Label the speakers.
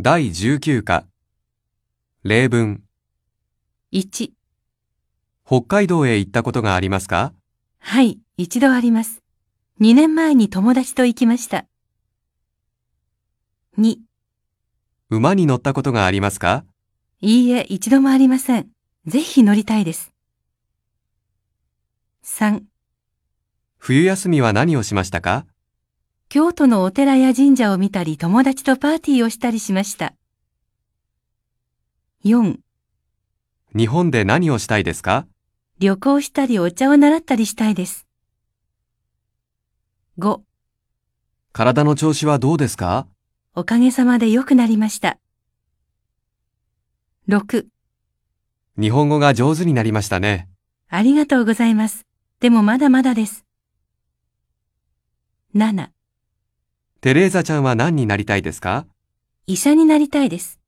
Speaker 1: 第19課。例文。
Speaker 2: 1、
Speaker 1: 北海道へ行ったことがありますか
Speaker 2: はい、一度あります。2年前に友達と行きました。2、
Speaker 1: 馬に乗ったことがありますか
Speaker 2: いいえ、一度もありません。ぜひ乗りたいです。3、
Speaker 1: 冬休みは何をしましたか
Speaker 2: 京都のお寺や神社を見たり友達とパーティーをしたりしました。4、
Speaker 1: 日本で何をしたいですか
Speaker 2: 旅行したりお茶を習ったりしたいです。5、
Speaker 1: 体の調子はどうですか
Speaker 2: おかげさまで良くなりました。6、
Speaker 1: 日本語が上手になりましたね。
Speaker 2: ありがとうございます。でもまだまだです。7、
Speaker 1: テレーザちゃんは何になりたいですか
Speaker 2: 医者になりたいです。